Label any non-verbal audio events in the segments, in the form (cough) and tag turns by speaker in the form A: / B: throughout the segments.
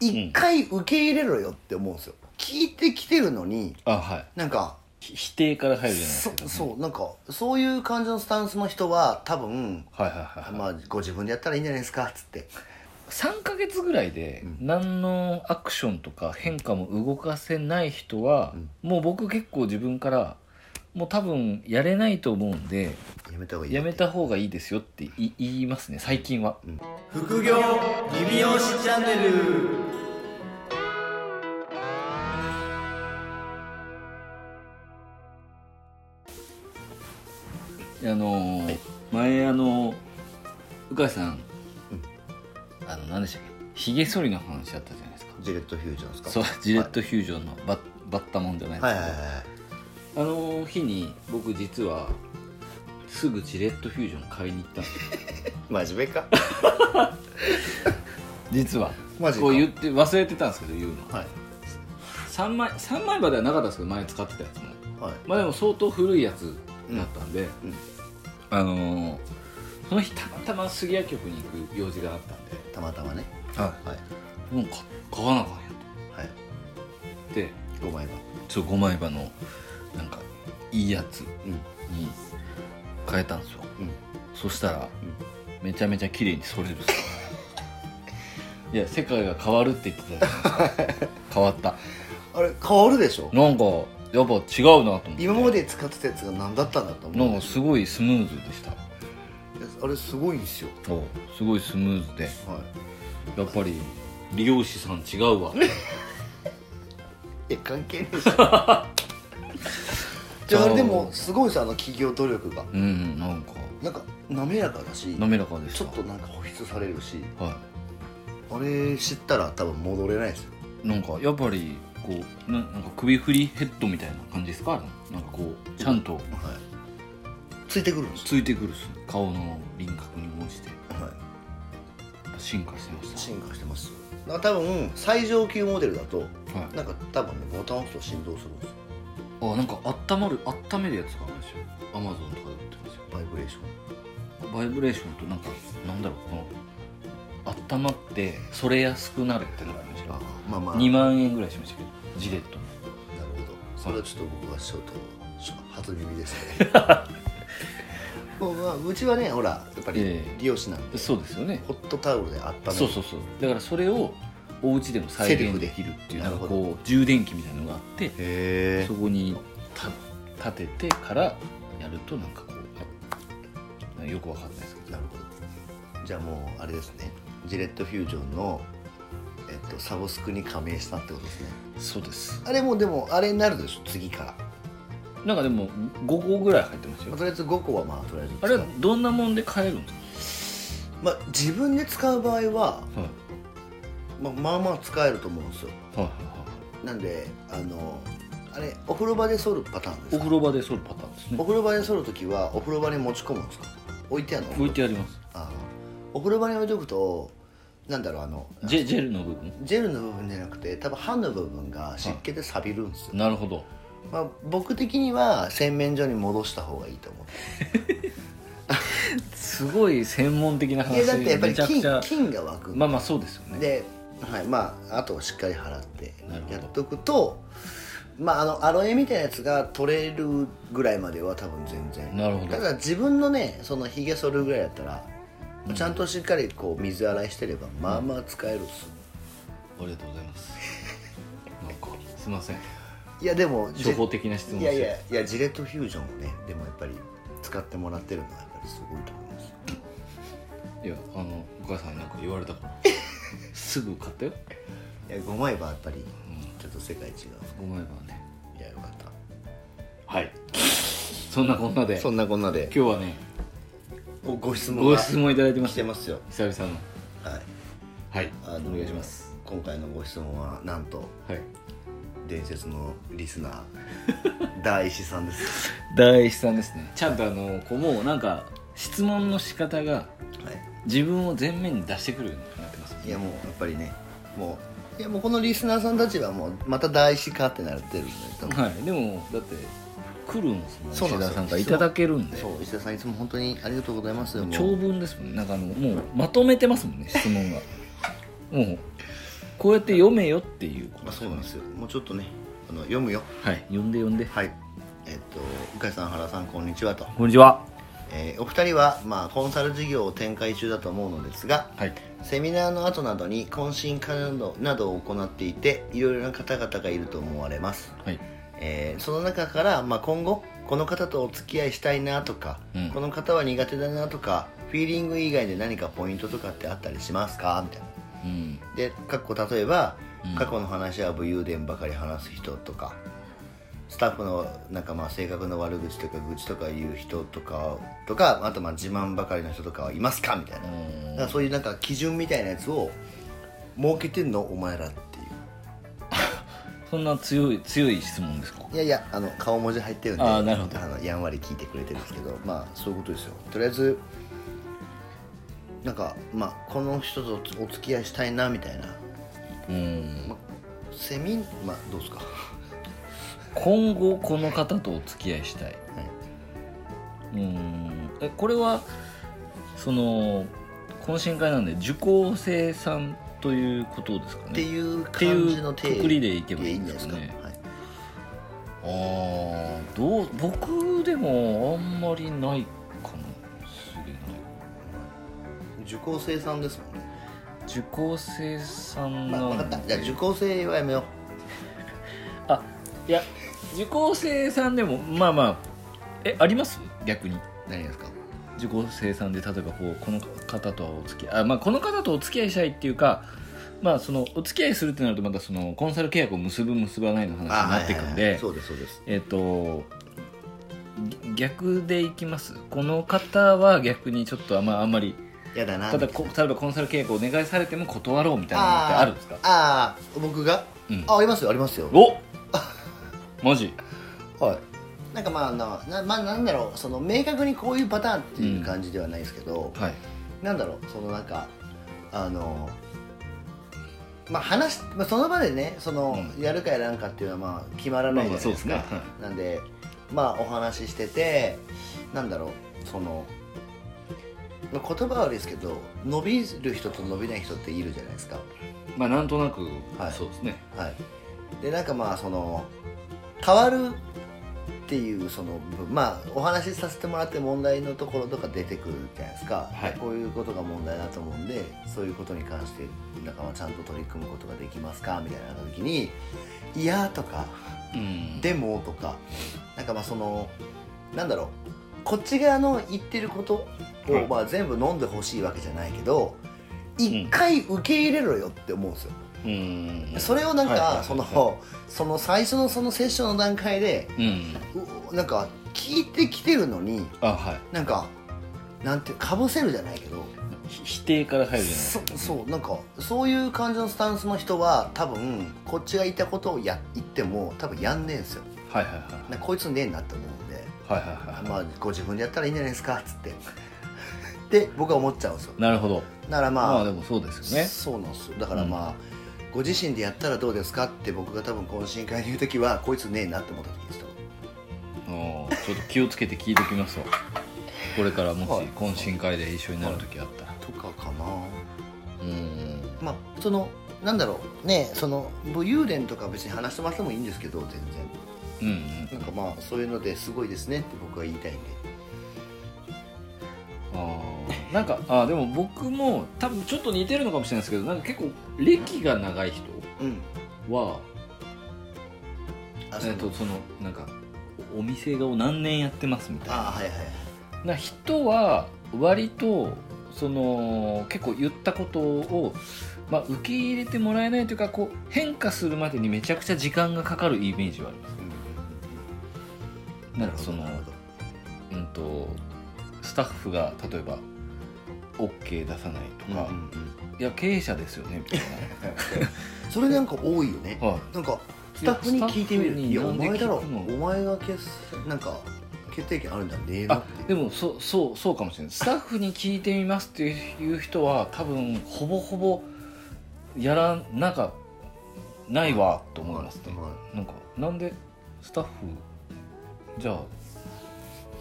A: 一回受け入れろよって思うんですよ聞いてきてるのに
B: あはい
A: なんか
B: ひ否定から入るじゃないです
A: そ
B: か
A: そうなんかそういう感じのスタンスの人は多分
B: はいはいはい、はい
A: まあご自分でやったらいいんじゃないですかっつって
B: 3ヶ月ぐらいで
A: うん
B: 何のアクションとか変化も動かせない人は、もう僕結構自分からもう多分やれないと思うんで
A: やめた方がいいよ
B: や
A: って
B: めた方がいいですよってい言いますね最近は
C: 副業リビオシチャンネル
B: あのー前あのうかいさん、あの何でしたっけひげ剃りの話あったじゃないですか
A: ジェレットフュージョンですか
B: そうジレットフュージョンのバッバッタモンじゃないです
A: はい
B: け
A: は
B: ど、
A: いはい
B: あの日に僕実はすぐジレットフュージョン買いに行ったんです
A: はい真面目か
B: 実は
A: マジか
B: こう言って忘れてたんですけど言うの
A: はい
B: 3枚三枚まではなかったんですけど前使ってたやつも
A: はい
B: まあでも相当古いやつだったんで、
A: うんうん
B: あのーその日たまたま杉谷局に行く用事があったんで
A: たまたまね
B: は
A: はい
B: いもう買買わなあかんや
A: はい
B: とで
A: 5枚は
B: ちょ5枚刃のなんかいいやつ
A: うん
B: に変えたんですよ
A: うん
B: そしたら、めちゃめちゃ綺麗に剃れる
A: (laughs)
B: っすいや世界が変わるって言ってたじゃないですか変わった
A: あれ変わるでしょ
B: なんかやっぱ違うなと思って
A: 今まで使ってたやつが何だったんだと思
B: な
A: うん
B: んかすごいスムーズでした
A: あれすごいんですよ
B: すごいスムーズで
A: は
B: やっぱり美容師さん違うわ
A: いえ関係ねえじゃ (laughs) んじゃああれでもすごいさあの企業努力が
B: うんなんか
A: なんか滑らかだし
B: 滑らかでし
A: ち
B: た
A: ょっとなんか保湿されるし
B: は
A: あれ知ったら多分戻れないですよ
B: いなんかやっぱりこうななんか首振りヘッドみたいな感じですかなんかこうちゃんと
A: はいついてくるんです
B: ついてくるっす顔の輪郭に応じて
A: よはい
B: 進化してまし
A: 進化してますだから多分最上級モデルだと
B: たはい
A: なんか多分ねボタン押すと振動するんですよ
B: あなんか温まる温めるやつがあるでしょアマゾンとかで売ってますよ
A: バイブレーション
B: バイブレーションとなんかなんだろうこの温まってそれやすくなるってのがありました
A: あまあまあ
B: 2万円ぐらいしましたけどジレットの
A: なるほどそれはちょっと僕はちょっとちょ初耳です (laughs) ねもう、まあ、うちはねほらやっぱり
B: ええ
A: 利用しなんで、
B: そうですよね
A: ホットタオルで温める
B: そうそうそうだからそれをお家でも再
A: セル
B: 現
A: フで
B: できるっていう
A: な
B: な
A: る
B: ん
A: ほ
B: か
A: ど
B: こう充電器みたいなのがあって
A: へ
B: そこにた立ててからやるとなんかこうなんかよくわかんないですけ
A: な
B: ど
A: るほどじゃあもうあれですねジレットフュージョンの、えっと、サブスクに加盟したってことですね
B: そうです
A: あれもうでもあれになるでしょ次から、
B: なんかでも5個ぐらい入ってま
A: ま
B: す
A: あ
B: よ
A: とりあえず5個はまあとりあえず
B: あれはどんなもんで買えるんですか
A: まあ、自分で使う場合は、
B: はい
A: まあ、まあまあ使えると思うんですよ
B: はいはい
A: なんであのあれお風呂場で剃るパターンです
B: お
A: か
B: 風呂場で剃るパターンです
A: お
B: ね
A: 風呂場に剃るときはお風呂場に持ち込むんですか置いてあるの
B: 置いてあります
A: あお風呂場に置いておくとなんだろうあの
B: ジェジェルの部分
A: ジェルの部分じゃなくて多分歯の部分が湿気で錆びるんですよ、
B: なるほど
A: まあ、僕的には洗面所に戻した方がいいと思う
B: すごい専門的な話
A: いやだってやっぱり
B: めちゃく
A: 菌
B: ちゃ
A: 菌が湧くんで
B: まあまあそうですよね
A: で、はい、まああとはしっかり払って
B: なるほど
A: やっとくとまああのアロエみたいなやつが取れるぐらいまでは多分全然
B: なるほど
A: ただ自分のねそのひげ剃るぐらいだったら、ちゃんとしっかりこう水洗いしてればまあまあ使えるっす、
B: ありがとうございます。なんかすいません。
A: いやでもじ
B: 初歩的な質問
A: いやいやいやジレットフュージョンをねでもやっぱり使ってもらってるのはやっぱりすごいと思います
B: いやあのお母さんになんか言われた (laughs) から。すぐ買ったよ。
A: いや5枚はやっぱり
B: ん
A: ちょっと世界違う
B: ごめんね。
A: いやよかった
B: はい。そんなこんなで
A: そんなこんなで
B: 今日はね
A: ごご質問
B: ご
A: が
B: 質問いただいてま
A: 来
B: してて
A: ますよ
B: 久々の
A: はい
B: はい
A: あの
B: お願いします。
A: 今回のご質問はなんと
B: はい。
A: 伝説のリスナ (laughs) ー大石さんです
B: 大石さんですね。ちゃんとあのこうもうなんか質問の仕方が
A: は
B: 自分を前面に出してくるようになってます、
A: いいやもうやっぱりねもういやもうこのリスナーさんたちはもうまた大石かってなってるんで多 (laughs) 分
B: はい。でもだって来るんですもん。
A: そうなんですよ
B: 石田さんからいただけるんで。
A: そう石田さんいつも本当にありがとうございますもう
B: 長文ですもんねなんかあのもうまとめてますもんね質問がもうこうやって読めよっていう
A: まあ、そうなんですよもうちょっとねあの読むよ
B: はい読んで読んで
A: はいえっと鵜飼さん原さんこんにちはと、
B: こんにちは
A: えーお二人は、まあ、コンサル事業を展開中だと思うのですが
B: はい
A: セミナーの後などに懇親会などなどを行っていていろいろな方々がいると思われます、
B: はい
A: えーその中から、まあ、今後この方とお付き合いしたいなとか、
B: うん
A: この方は苦手だなとかフィーリング以外で何かポイントとかってあったりしますかみたいな
B: うん
A: でかっこ例えば、
B: うん
A: 過去の話は武勇伝ばかり話す人とかスタッフのなんかまあ性格の悪口とか愚痴とか言う人とかとかあとまあ自慢ばかりの人とかはいますかみたいなだからそういうなんか基準みたいなやつを設けてんのお前らっていう
B: そんな強い強い質問ですか
A: いやいやあの顔文字入ってるんで
B: あーなるほど
A: あのやんわり聞いてくれてるんですけどまあそういうことですよとりあえずなんかまあこの人とお付き合いしたいなみたいな
B: うん
A: セミまあどうですか、は
B: 今後この方とお付き合いしたいうんえこれはその懇親会なんで受講生さんということですか
A: い、って
B: ね
A: いう感じの
B: っていうくくりでいけばいいん
A: んじゃな
B: で
A: い
B: す
A: です
B: か
A: か、
B: ね
A: はい、
B: ああどう僕でもあんまりないかなすげえな
A: 受講生さんですもんね、
B: 受講生さん
A: まあ、分
B: な
A: か
B: ん
A: った
B: で
A: じゃあ受講生はやめよ
B: あいや受講生さんでもまあまあえあります逆に
A: う何ですか
B: 受講生さんで例えばこうこの方とはお付き合いあ、まあ、この方とお付き合いしたいっていうかまあそのお付き合いするってなるとまたそのコンサル契約を結ぶ結ばないの話になっていくん
A: あはいはい
B: で
A: はいそうですそうです
B: えっとぎ逆でいきますこの方は逆にちょっとあんまあんまり
A: やだな
B: ただこ例えばコンサル契約をお願いされても断ろうみたいなのってあるんですか
A: あーあー僕が、
B: うん
A: あありますよありますよ (laughs)
B: おマジ
A: はいなんかまああのなまあなんだろうその明確にこういうパターンっていう感じではないですけど、
B: はい
A: なんだろうそのなんかあのまあ話し、まあ、その場でねその、
B: う
A: やるかやらんかっていうのはまあ決まらないじゃないですか、
B: まあまあそうです
A: なんでまあお話ししててなんだろうそのまあ言葉は悪いですけど伸びる人と伸びない人っているじゃないですか
B: まあなんとなく、
A: はい
B: そうですね
A: はい、でなんかまあその変わるっていうその部まあお話しさせてもらって問題のところとか出てくるじゃないですか、
B: はい
A: こういうことが問題だと思うんでそういうことに関してなんかまあちゃんと取り組むことができますかみたいな時に「いや」とか
B: う
A: 「
B: ん
A: でも」とかなんかまあそのなんだろうこっち側の言ってること
B: は
A: を
B: い
A: まあ全部飲んでほしいわけじゃないけど一
B: ん
A: 回受け入れろよって思うんですよ。
B: うん
A: それをなん
B: はいはいはいは
A: か
B: い
A: そのその最初のそのセッションの段階で
B: うん
A: うなんか聞いてきてるのに
B: あはい
A: なんかなんてかぶせるじゃないけど
B: ひ否定から入るじゃな
A: そ
B: い
A: そうなんかそういう感じのスタンスの人は多分こっちが言ったことをや言っても多分やんねえんですよ
B: はいはいはい
A: なんかこいつねえなって思うんで
B: はいはいはい、
A: まあご自分でやったらいいんじゃないですかっつってで僕は思っちゃうんですよ
B: なるほど
A: だから
B: ま
A: ま
B: あ、
A: あ
B: でもそうですよね
A: そうなんですよだからまあ、ご自身でやったらどうですかって僕が多分懇親会に言う時はこいつねえなって思った時ですと
B: うんちょっと気をつけて聞いておきますわこれからも
A: は
B: し
A: い
B: 懇親会で一緒になる時あったら、
A: とかかな
B: うん
A: まあそのなんだろうねその武勇伝とか別に話してもらってもいいんですけど全
B: うんう
A: 然
B: ん
A: なんかまあそういうのですごいですねって僕は言いたいんで
B: あーなんかあーでも僕も多分ちょっと似てるのかもしれないですけどなんか結構歴が長い人
A: うん
B: は、
A: あ
B: えっと、そのなんかお店を何年やってますみたいな
A: あはいはい
B: な人は割とその結構言ったことを、まあ、受け入れてもらえないというかこう変化するまでにめちゃくちゃ時間がかかるイメージはあります
A: うん
B: なんかその
A: なるほど
B: うんとスタッフが例えば OK 出さないとか、
A: うんうん
B: いや経営者ですよねみたい
A: うんそれなんか多いよね (laughs)
B: な、はい、
A: なんかスタッフに聞いてみるい
B: いや
A: や
B: スタ
A: お
B: ッフに
A: 前だろお
B: なんで聞く
A: 前が決なんか決定権あるんだねえな
B: あ
A: って
B: でもそうそうそうかもしれないスタッフに聞いてみますっていう人は多分ほぼほぼやらなんかないわと思いますね、
A: はい
B: なんかなんでスタッフじゃ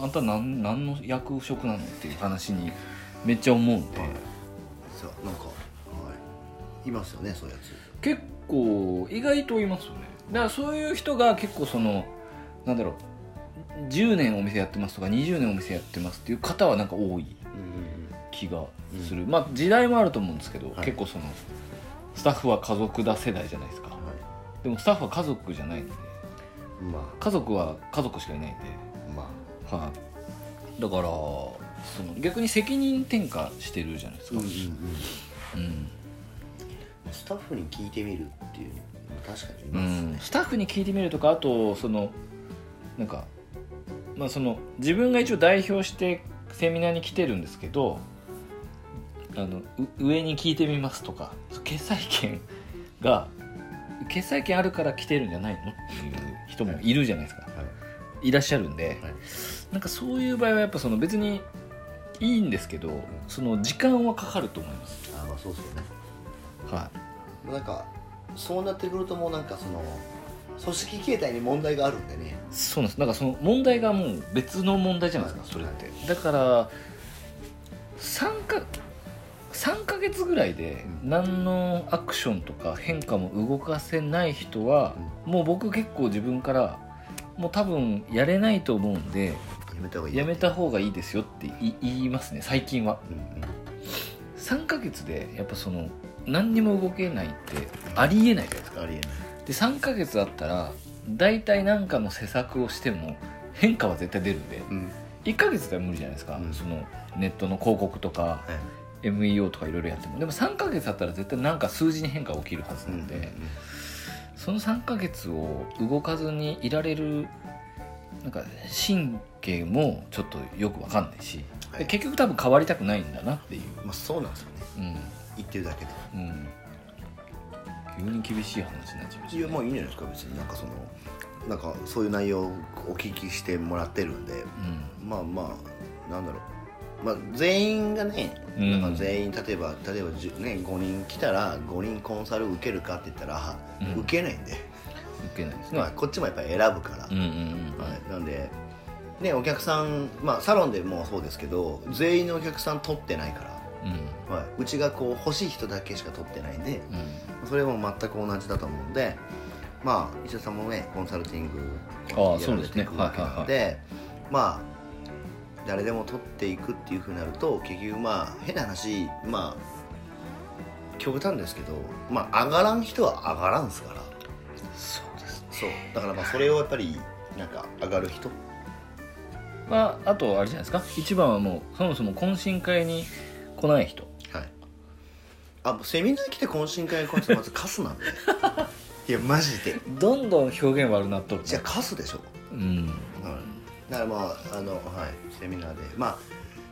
B: ああんた何何の役職なのっていう話にめっちゃ思うんで、
A: そうなんか、はい、いますよねそういうやつ
B: 結構意外といますよねだからそういう人が結構そのなんだろう10年お店やってますとか20年お店やってますっていう方はなんか多い気がする、まあ時代もあると思うんですけど、
A: はい
B: 結構そのスタッフは家族だ世代じゃないですか
A: は
B: でもスタッフは家族じゃないんで
A: いま
B: 家族は家族しかいないんで、
A: あま
B: はい、だからその逆に責任転嫁してるじゃないです
A: あ、
B: か、うん
A: スタッフに聞いてみるっていうのも確かにいうます
B: ん
A: ね、
B: スタッフに聞いてみるとかあとそのなんか、まあ、その自分が一応代表してセミナーに来てるんですけどあのう上に聞いてみますとかそう決済権が決済権あるから来てるんじゃないのっていう人もいるじゃないですか、、
A: はい
B: らっしゃるんで、
A: はい
B: なんかそういう場合はやっぱその別にいいんですけどその時間はかかると思います、
A: あまあそうですよね
B: は
A: なんかそうなってくるともうなんかその組織形態に問題があるんでね
B: い、そうなんですなんかその問題がもう別の問題じゃないですかそれって、だから3か3ヶ月ぐらいで
A: うん
B: 何のアクションとか変化も動かせない人は、もう僕結構自分からもう多分やれないと思うんで
A: やめた方がいい
B: やめた方がいいですよってい言いますね最近は
A: うんうん
B: 3ヶ月でやっぱその何にも動けないってありえないじゃないですか
A: ありえない
B: で3ヶ月あったら大体何かの施策をしても変化は絶対出るんで
A: うん
B: 1ヶ月では無理じゃないですか、
A: うん
B: そのネットの広告とか
A: はい
B: MEO とかいろいろやってもでも3ヶ月あったら絶対何か数字に変化が起きるはずなんで、その3ヶ月を動かずにいられるなんか神経もちょっとよくわかんないし、
A: はい
B: で結局多分変わりたくないんだなっていう。
A: まあそうなんですよね
B: うん
A: 言ってるだけで
B: うん急に厳しい話になっちゃいました、
A: いやまあいいんじゃないですか別になんかそのなんかそういう内容をお聞きしてもらってるんで
B: う
A: まあまあなんだろう、まあ、全員がね、
B: うん
A: なんか全員例えば例えば、じゅね、5人来たら5人コンサル受けるかって言ったら、
B: うん
A: 受けないんで、
B: ん受けないですね、
A: まあ、こっちもやっぱり選ぶから、
B: うんうんうん
A: はい、なんで、ね、お客さん、まあ、サロンでもそうですけど全員のお客さん取ってないから、
B: うん
A: はい、うちがこう欲しい人だけしか取ってないんで
B: うん
A: それも全く同じだと思うんでまあ石田さんもねコンサルティングや
B: ああ
A: られてい
B: そうです
A: く
B: ね
A: わけなのでまあ誰でも取っていくっていうふうになると結局まあ変な話まあ極端ですけどまあ上がらん人は上がらんすから
B: そうです
A: そうだからまあそれをやっぱりなんか上がる人
B: まああとあれじゃないですか一番はもうそもそも懇親会に来ない人
A: はいあセミナー来て懇親会に来る人まずカスなんでいやマジで
B: どんどん表現悪なっとる
A: じゃあカスでしょ
B: うん
A: はい、だからまああの、はい、セミナーでまあ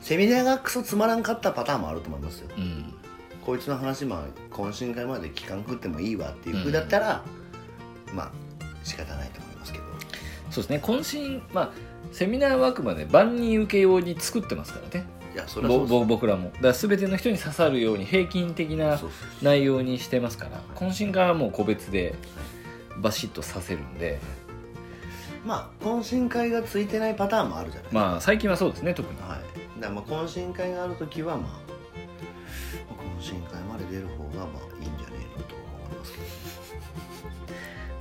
A: セミナーがクソつまらんかったパターンもあると思いますよ
B: うん
A: こいつの話まあ懇親会まで期間食ってもいいわっていうふうだったら、まあ仕方ないと思いますけど
B: そうですね懇親まあセミナーはあくまで万人受け用に作ってますからね
A: いやそれはそ
B: ぼ
A: うです
B: ぼ僕らもだから全ての人に刺さるように平均的な
A: そうそうそう
B: 内容にしてますから懇親会はもう個別でバシッとさせるんで
A: まあ懇親会がついてないパターンもあるじゃない
B: まあ最近はそうですね特に
A: はい、だからまあ懇親会がある時はまあまあ懇親会まで出る方がまあいいんじゃねえのと思いますけど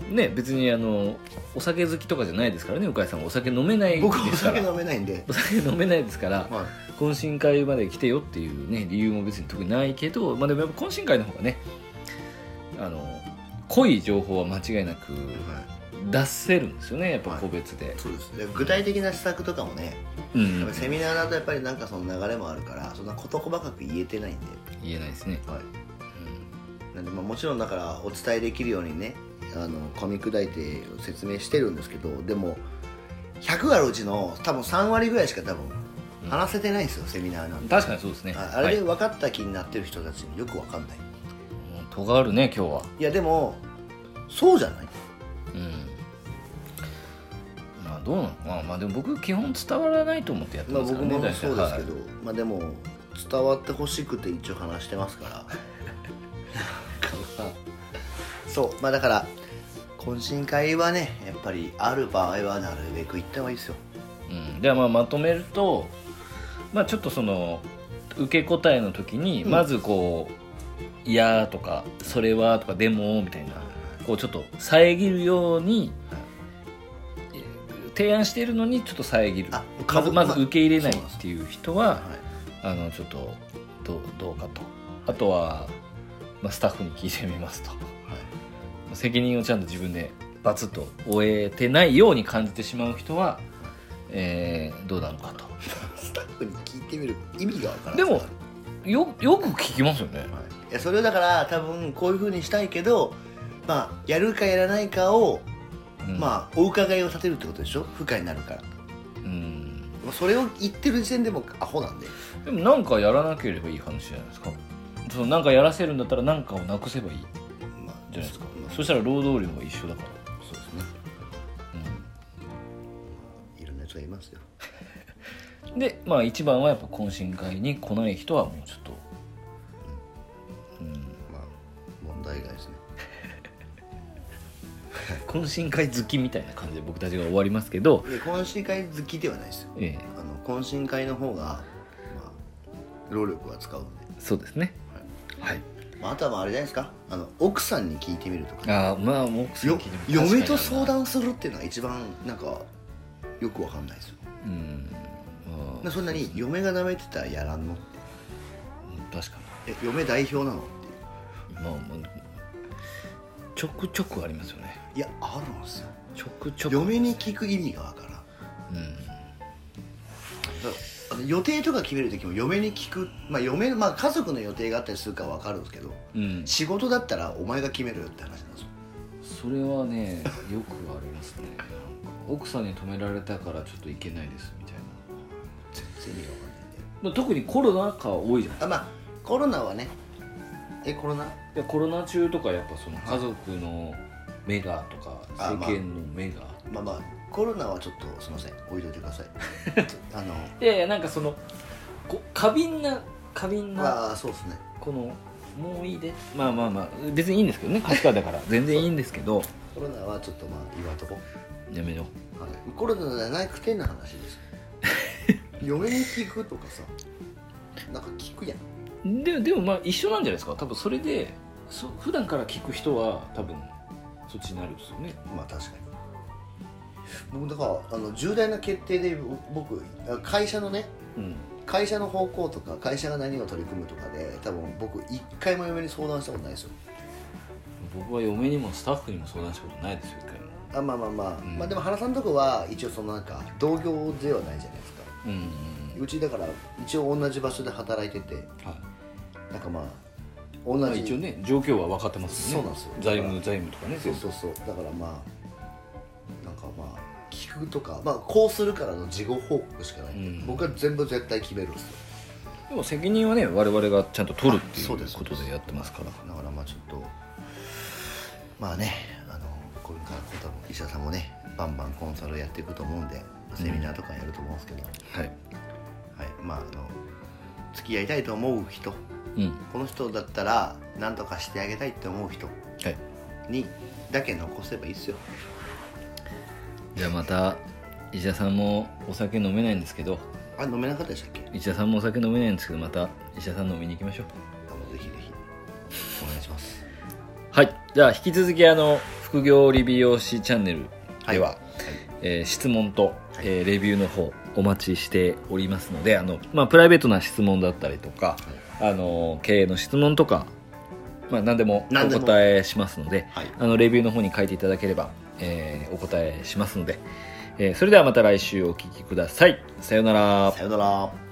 B: ね別にあのお酒好きとかじゃないですからね鵜飼さんはお酒飲めないで
A: 僕はお
B: すか
A: 酒
B: ら
A: 飲めないんで
B: お酒飲めないですから
A: まあ
B: 懇親会まで来てよっていうね理由も別に特にないけど、まあ、でもやっぱ懇親会の方がねあの濃い情報は間違いなく
A: はい
B: 出せるんですよねやっぱ個別で、
A: そうですね具体的な施策とかもね、
B: うん
A: やっぱりセミナーだとやっぱりなんかその流れもあるからそんな事細かく言えてないんで、
B: 言えないですね、
A: は
B: うん
A: い、なんでまあもちろんだからお伝えできるようにねあの噛み砕いて説明してるんですけどでも100あるうちの多分3割ぐらいしか多分
B: うん
A: 話せてないんですよ、セミナーなんて
B: 確かにそうですね
A: ああれで
B: はい
A: 分かった気になってる人たちによく分かんない
B: もう尖るね今日はい
A: やでもそうじゃない
B: うんまあどうなのかなまあでも僕基本伝わらないと思ってやって
A: まあ、
B: ますか
A: 僕
B: ら
A: もそ
B: ね、
A: うですけど、
B: 大体はい
A: まあでも伝わってほしくて一応話してますからなんかまあそうまあだから懇親会はねやっぱりある場合はなるべく行った方がいいですよ
B: うん、ではまあまとめると、まあ、ちょっとその受け答えの時に
A: うん
B: まずこう、 「いやー」とか「それは」とか「でも」みたいなこうちょっと遮るように提案しているのにちょっと遮る
A: あ
B: まず
A: ま
B: ま
A: ず
B: ず受け入れない
A: そうなんです
B: っていう人は
A: はい
B: あのちょっとどうどうかとあとは、まあ、スタッフに聞いてみますと
A: はい
B: 責任をちゃんと自分でバツッと終えてないように感じてしまう人は、えーどうなのかと
A: スタッフに聞いてみる意味がわからない
B: でもよよく聞きますよね
A: いやそれをだから多分こういうふうにしたいけど、まあ、やるかやらないかを、
B: うん
A: まあ、お伺いを立てるってことでしょ不可になるから
B: うん
A: まあそれを言ってる時点でもうアホなんで
B: でもなんかやらなければいい話じゃないですかそのなんかやらせるんだったらなんかをなくせばいいじ
A: まあ
B: ゃないですか
A: まあ
B: そしたら労働量が一緒だか
A: そうですね
B: ら、
A: いろんな人がいますよ
B: うんでまあ一番はやっぱ懇親会に来ない人はもうちょっとうん
A: まあ問題外ですね
B: 懇親会好きみたいな感じで僕たちが終わりますけど、
A: で懇親会好きではないですよ
B: ええ、
A: あの懇親会の方が、まあ、労力は使うんで、
B: そうですねはい
A: まあ、あとはまああれじゃないですかあの奥さんに聞いてみるとか
B: ああまあもう
A: よ嫁と相談するっていうのが一番なんかよくわかんないですよ
B: うん、ま
A: なそんなに嫁が舐めてたらやらんの
B: あ、確か
A: え嫁代表なのっていう
B: にまあまあちょくちょくありますよね
A: いやあるんですよ
B: ちょくちょく
A: 嫁に聞く意味がわからんだ
B: うん
A: あの予定とか決める時も嫁に聞くまあ嫁まあ家族の予定があったりするからわかるんですけど
B: うん、
A: 仕事だったらお前が決めるよって話なんですよ
B: それはねよくありますねなんか奥さんに止められたからちょっと行けないですみたいな、
A: 全然意味がわかんないんで
B: まあ、特にコロナ禍多いじゃない
A: あまあコロナはねえコロナ
B: いやコロナ中とかやっぱその家族の目がとか
A: あ
B: 世
A: まあ
B: 間の目が、
A: まあまあコロナはちょっとすいません置いといてください (laughs) あの
B: いやいやなんかそのこ過敏な過敏な
A: まあそうですね
B: このもういいでまあまあまあ別にいいんですけどね価値観だから (laughs) 全然いいんですけど
A: コロナはちょっとまあ言わんとこ、は
B: やめよ
A: い、コロナじゃなくての話です嫁に聞くとかさなんか聞くやん
B: うででもまあ一緒なんじゃないですか多分それでそ普段から聞く人は多分そっちになるんですよね
A: まあ確かに僕だからあの重大な決定で僕会社のね
B: うん
A: 会社の方向とか会社が何を取り組むとかで多分僕一回も嫁に相談したことないですよ
B: 僕は嫁にもスタッフにも相談したことないですよ一
A: あ
B: 回も
A: まあまあまあ、
B: うん
A: まあでも原さんとこは一応そのなんか同業ではないじゃないですか
B: うんうん
A: うちだから一応同じ場所で働いてて
B: うんはい
A: なんかまあ同じ、
B: まあ一応ね状況は分かってますよ
A: そう
B: ね
A: なんですよ
B: 財務財務とかね
A: そうそうそうだからまあなんかまあ聞くとか、まあ、こうするからの事後報告しかないんで、
B: うん
A: 僕は全部絶対決めるんですよ
B: でも責任はね我々がちゃんと取るってい
A: あ
B: う
A: そうです
B: ことでやってますから
A: だからまあちょっとまあねあのこれから多分医者さんもねバンバンコンサルやっていくと思うんでセミナーとかやると思うんですけど、
B: はい
A: はいまああの付き合いたいと思う人
B: うんは
A: この人だったら何とかしてあげたいって思う人
B: い
A: にだけ残せばいいっすよ
B: じゃあまた石田さんもお酒飲めないんですけど
A: あ飲めなかったでしたっけ
B: 石田さんもお酒飲めないんですけどまた石田さん飲みに行きましょう
A: あのぜひぜひお願いします
B: はいじゃあ引き続きあの副業理美容師チャンネルでは、
A: はい
B: えー質問と、えーレビューの方お待ちしておりますのであの、まあ、プライベートな質問だったりとか、あの経営の質問とか、まあ、何でも
A: 何で
B: お
A: も
B: 答えしますので
A: はい
B: あのレビューの方に書いていただければ、えーお答えしますので、えーそれではまた来週お聞きくださいさようなら
A: さよなら